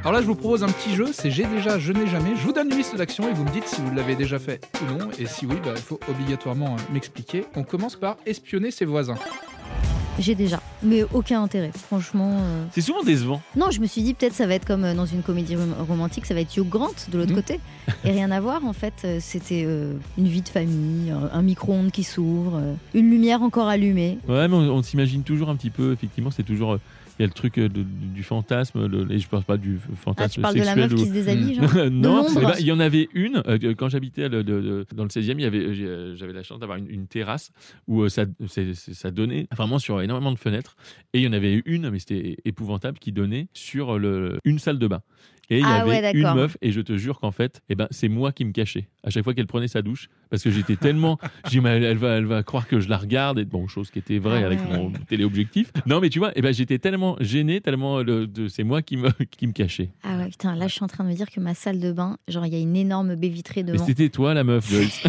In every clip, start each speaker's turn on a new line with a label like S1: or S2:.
S1: Alors là, je vous propose un petit jeu, c'est j'ai déjà, je n'ai jamais. Je vous donne une liste d'actions et vous me dites si vous l'avez déjà fait ou non. Et si oui, bah, il faut obligatoirement euh, m'expliquer. On commence par espionner ses voisins.
S2: J'ai déjà, mais aucun intérêt, franchement. euh.
S3: C'est souvent décevant.
S2: Non, je me suis dit peut-être ça va être comme euh, dans une comédie rom- romantique, ça va être Hugh Grant de l'autre
S1: Mhm.
S2: côté. Et rien à voir en fait, euh, c'était euh, une vie de famille, euh, un un micro-ondes qui s'ouvre, euh, une lumière encore allumée.
S3: Ouais, mais on, on s'imagine toujours un petit peu, effectivement, c'est toujours. euh, Il y a le truc euh, de- du fantasme, le- et je parle pas du
S2: Ah, tu
S3: fantasme
S2: parles de la
S3: sexuel.
S2: meuf
S3: ou-
S2: qui se déshabille, genre
S3: non,
S2: l'ombre.
S3: eh ben, il y en avait une. euh, quand j'habitais le- le- le- dans le 16e, il y avait, j'ai, euh, j'avais la chance d'avoir une, une terrasse où euh, ça, c'est- c'est- ça donnait vraiment sur énormément de fenêtres. Et il y en avait une, mais c'était épouvantable, qui donnait sur le, une salle de bain. Et il y
S2: Ah
S3: avait
S2: ouais,
S3: une
S2: d'accord.
S3: meuf, et je te jure qu'en fait, eh ben, c'est moi qui me cachais à chaque fois qu'elle prenait sa douche, parce que j'étais tellement, j'ai dit, mais elle, elle va, elle va croire que je la regarde, et bon, chose qui était vraie
S2: Ah
S3: avec
S2: ouais.
S3: mon téléobjectif. Non, mais tu vois, eh ben, j'étais tellement gêné, tellement, le- de- c'est moi qui me, qui me cachais.
S2: Ah ouais, putain, là je suis en train de me dire que ma salle de bain, genre il y a une énorme baie vitrée
S3: Mais
S2: devant.
S3: c'était toi la meuf. Joyce.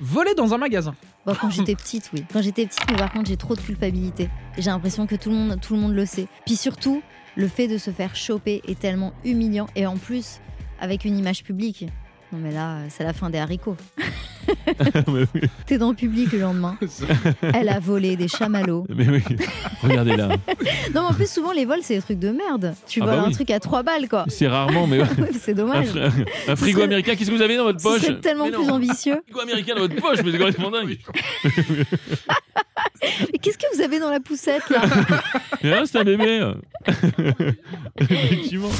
S1: Voler dans un magasin.
S2: Bon, quand j'étais petite, oui. Quand j'étais petite, mais par contre, j'ai trop de culpabilité. J'ai l'impression que tout le, monde, tout le monde le sait. Puis surtout, le fait de se faire choper est tellement humiliant. Et en plus, avec une image publique. Non, mais là, euh, c'est la fin des haricots.
S3: Mais oui.
S2: T'es dans le public le lendemain. Elle a volé des chamallows.
S3: Mais oui, regardez là.
S2: Non, mais en plus, souvent, les vols, c'est des trucs de merde. Tu
S3: Ah
S2: voles
S3: bah
S2: un
S3: oui.
S2: truc à 3 balles, quoi.
S3: C'est rarement, mais ouais.
S2: Ouais, mais c'est
S3: un,
S2: dommage.
S3: fri- un frigo
S2: serait-
S3: américain, qu'est-ce que vous avez dans votre
S2: Ce
S3: poche
S2: serait tellement
S3: Mais non,
S2: plus ambitieux.
S3: Un frigo américain dans votre poche, mais c'est complètement dingue.
S2: Mais Qu'est-ce que vous avez dans la poussette, là
S3: Mais non, c'est un bébé. Effectivement.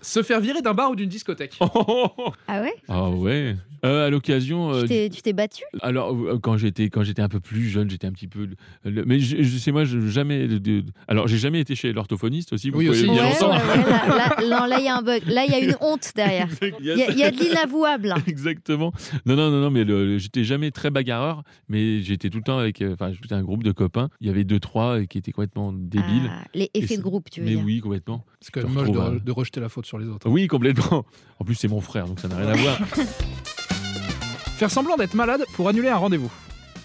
S1: Se faire virer d'un bar ou d'une discothèque.
S3: Oh, oh, oh.
S2: Ah ouais
S3: Ah ouais. Euh, à l'occasion, euh,
S2: Tu t'es- Tu t'es battu
S3: alors euh, quand j'étais quand j'étais un peu plus jeune, j'étais un petit peu, le- mais je, je sais moi je- jamais. de- de- alors j'ai jamais été chez l'orthophoniste aussi. vous
S1: Oui,
S3: pouvez
S1: aussi,
S3: le
S2: Ouais,
S3: dire
S1: y a
S2: ouais,
S3: ensemble.
S2: ouais, là, là, non, là, il y a un bug. Là, il y a une honte derrière.
S3: Il y a
S2: Il y, a- il y a de l'inavouable.
S3: Exactement. Non, non, non, non, mais le- le- j'étais jamais très bagarreur, mais j'étais tout le temps avec euh, enfin, j'étais un groupe de copains. Il y avait deux, trois euh, qui étaient complètement débiles.
S2: Ah, les
S3: Et
S2: effets
S3: c'est-
S2: de groupe, tu veux
S3: mais
S2: dire.
S3: oui, complètement.
S1: C'est quand
S3: Je
S1: même
S3: te
S1: moche de,
S3: retrouve,
S1: re-
S3: hein.
S1: de rejeter la faute sur les autres.
S3: Oui, complètement. En plus, c'est mon frère, donc ça n'a rien à voir.
S1: Faire semblant d'être malade pour annuler un rendez-vous.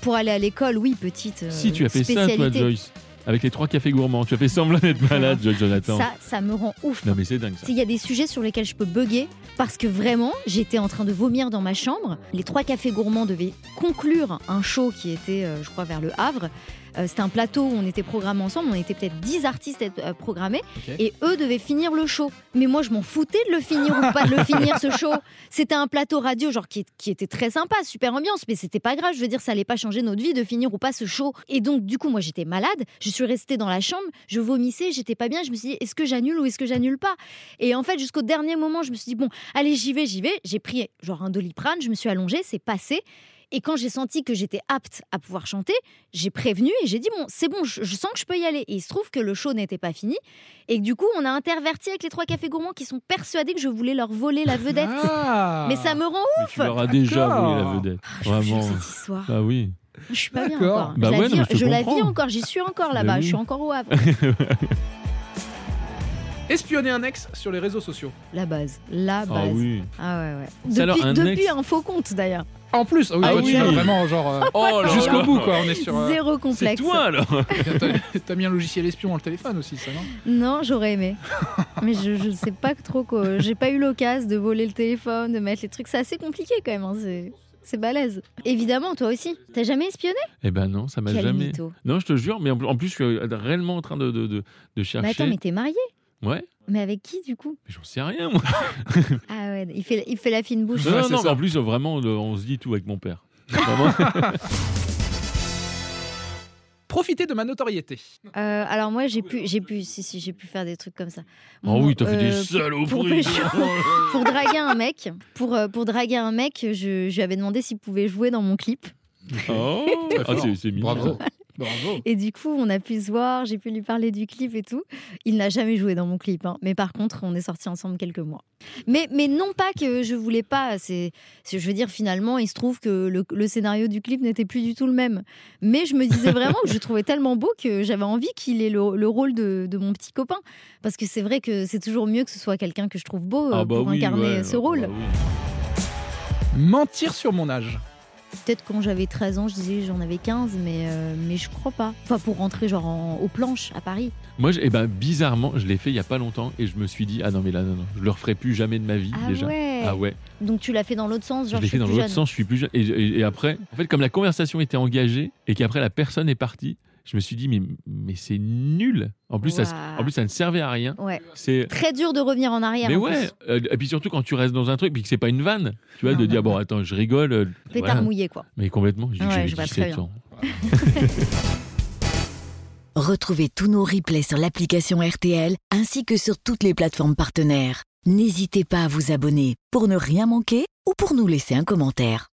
S2: Pour aller à l'école, oui, petite. euh,
S3: si tu as fait ça, toi,
S2: spécialité.
S3: Joyce, avec les trois cafés gourmands, tu as fait semblant d'être malade, Joyce Jonathan.
S2: Ça, ça me rend ouf.
S3: Non, mais c'est dingue ça.
S2: Il y a des sujets sur lesquels je peux bugger parce que vraiment, j'étais en train de vomir dans ma chambre. Les trois cafés gourmands devaient conclure un show qui était, euh, je crois, vers le Havre. Euh, C'était un plateau où on était programmés ensemble, on était peut-être 10 artistes à être, euh, programmés
S1: Ok.
S2: et eux devaient finir le show. Mais moi, je m'en foutais de le finir ou pas de le finir ce show. C'était un plateau radio genre qui, qui était très sympa, super ambiance, mais c'était pas grave. Je veux dire, ça allait pas changer notre vie de finir ou pas ce show. Et donc, du coup, moi, j'étais malade. Je suis restée dans la chambre, je vomissais, j'étais pas bien. Je me suis dit, est-ce que j'annule ou est-ce que j'annule pas Et en fait, jusqu'au dernier moment, je me suis dit, bon, allez, j'y vais, j'y vais. J'ai pris genre un doliprane, je me suis allongée, c'est passé. Et quand j'ai senti que j'étais apte à pouvoir chanter, j'ai prévenu et j'ai dit bon, c'est bon, je, je sens que je peux y aller. Et il se trouve que le show n'était pas fini et que du coup, on a interverti avec les trois cafés gourmands qui sont persuadés que je voulais leur voler la vedette.
S1: Ah
S2: Mais ça me rend
S3: Mais tu leur as déjà
S1: D'accord.
S3: volé la vedette.
S2: Ah, je vous jure,
S3: Vraiment.
S2: cette histoire.
S3: Ah oui.
S2: Je suis pas bien
S1: D'accord.
S2: encore.
S3: Bah
S2: je la,
S3: ouais, non,
S2: vis,
S3: mais je te
S2: la
S3: comprends.
S2: vis encore, j'y suis encore là-bas,
S3: Mais
S2: je suis
S3: oui.
S2: encore au Havre.
S1: Espionner un ex sur les réseaux sociaux.
S2: La base, la
S3: Ah
S2: base.
S3: oui.
S2: Ah ouais, ouais.
S3: C'est alors
S2: Depuis,
S3: un
S2: depuis
S3: ex-
S2: un faux compte d'ailleurs.
S1: En plus, ah oui,
S3: Ah
S1: toi, tu
S3: oui.
S1: vas vraiment genre euh,
S3: Oh là
S1: jusqu'au
S3: là.
S1: bout quoi. On est sur. euh,
S2: Zéro
S3: C'est
S2: complexe.
S3: toi alors
S1: t'as- T'as mis un logiciel espion dans le téléphone aussi, ça non
S2: Non, j'aurais aimé. Mais je, je sais pas trop quoi. J'ai pas eu l'occasion de voler le téléphone, de mettre les trucs. C'est assez compliqué quand même. hein, C'est, c'est balèze. Évidemment, toi aussi. T'as jamais espionné
S3: Eh ben non, ça m'a
S2: Quel
S3: jamais.
S2: mytho.
S3: Non, je te jure, mais en en plus, je suis réellement en train de, de, de- de chercher.
S2: Mais attends, mais t'es marié
S3: Ouais,
S2: Mais avec qui du coup
S3: mais j'en sais rien, moi.
S2: Ah ouais, il fait, il fait la fine bouche.
S3: Non,
S1: Ouais,
S3: non,
S1: c'est
S3: non,
S1: ça.
S3: mais en plus, euh, vraiment, le- on se dit tout avec mon père. Vraiment.
S1: Profiter de ma notoriété.
S2: Euh, alors moi j'ai pu, j'ai pu, si si, j'ai pu faire des trucs comme ça.
S3: oh oui, t'as fait des
S2: Euh, pour
S3: saloperies.
S2: pécho. Pour draguer un mec, pour euh, pour draguer un mec, je, je lui avais demandé s'il pouvait jouer dans mon clip.
S3: Oh,
S1: Très
S3: ah,
S1: fort.
S3: c'est- c'est mignon.
S1: Bravo. Bravo.
S2: Et du coup, on a pu se voir, j'ai pu lui parler du clip et tout. Il n'a jamais joué dans mon clip, hein. mais par contre, on est sortis ensemble quelques mois. Mais, mais non pas que je voulais pas, c'est, c'est- je veux dire, finalement, il se trouve que le, le scénario du clip n'était plus du tout le même. Mais je me disais vraiment que je le trouvais tellement beau que j'avais envie qu'il ait le, le rôle de, de mon petit copain. Parce que c'est vrai que c'est toujours mieux que ce soit quelqu'un que je trouve beau euh,
S3: Ah bah
S2: pour
S3: oui,
S2: incarner
S3: ouais,
S2: ce
S3: bah
S2: rôle.
S3: oui.
S1: Mentir sur mon âge.
S2: Peut-être quand j'avais 13 ans, je disais j'en avais 15, mais, euh, mais je crois pas. Enfin, pour rentrer genre en- aux planches à Paris.
S3: Moi, je- eh ben, bizarrement, je l'ai fait il y a pas longtemps et je me suis dit, ah non, mais là, non, non, je le referai plus jamais de ma vie
S2: Ah
S3: déjà.
S2: ouais.
S3: Ah ouais,
S2: Donc tu l'as fait dans l'autre sens, genre
S3: je l'ai
S2: suis
S3: fait dans
S2: plus
S3: l'autre
S2: jeune.
S3: sens, je suis plus jeune. Et, et- et après, en fait, comme la conversation était engagée et qu'après la personne est partie, je me suis dit, mais, mais c'est nul. En plus, ça, se-
S2: Ouah.
S3: en plus, ça ne servait à rien.
S2: Ouais.
S3: C'est.
S2: Très dur de revenir en arrière.
S3: Mais
S2: en
S3: ouais,
S2: plus. Ah.
S3: euh, et puis surtout quand tu restes dans un truc, puis que c'est pas une vanne, tu vois,
S2: Non,
S3: de
S2: non,
S3: dire,
S2: non.
S3: bon, attends, je rigole, euh,
S2: Pétard
S3: voilà.
S2: mouillé, quoi.
S3: mais complètement, j'ai
S2: Ouais,
S3: j'avais
S2: je vois très
S3: 17
S2: bien.
S3: ans.
S4: Retrouvez tous nos replays sur l'application RTL ainsi que sur toutes les plateformes partenaires. N'hésitez pas à vous abonner pour ne rien manquer ou pour nous laisser un commentaire.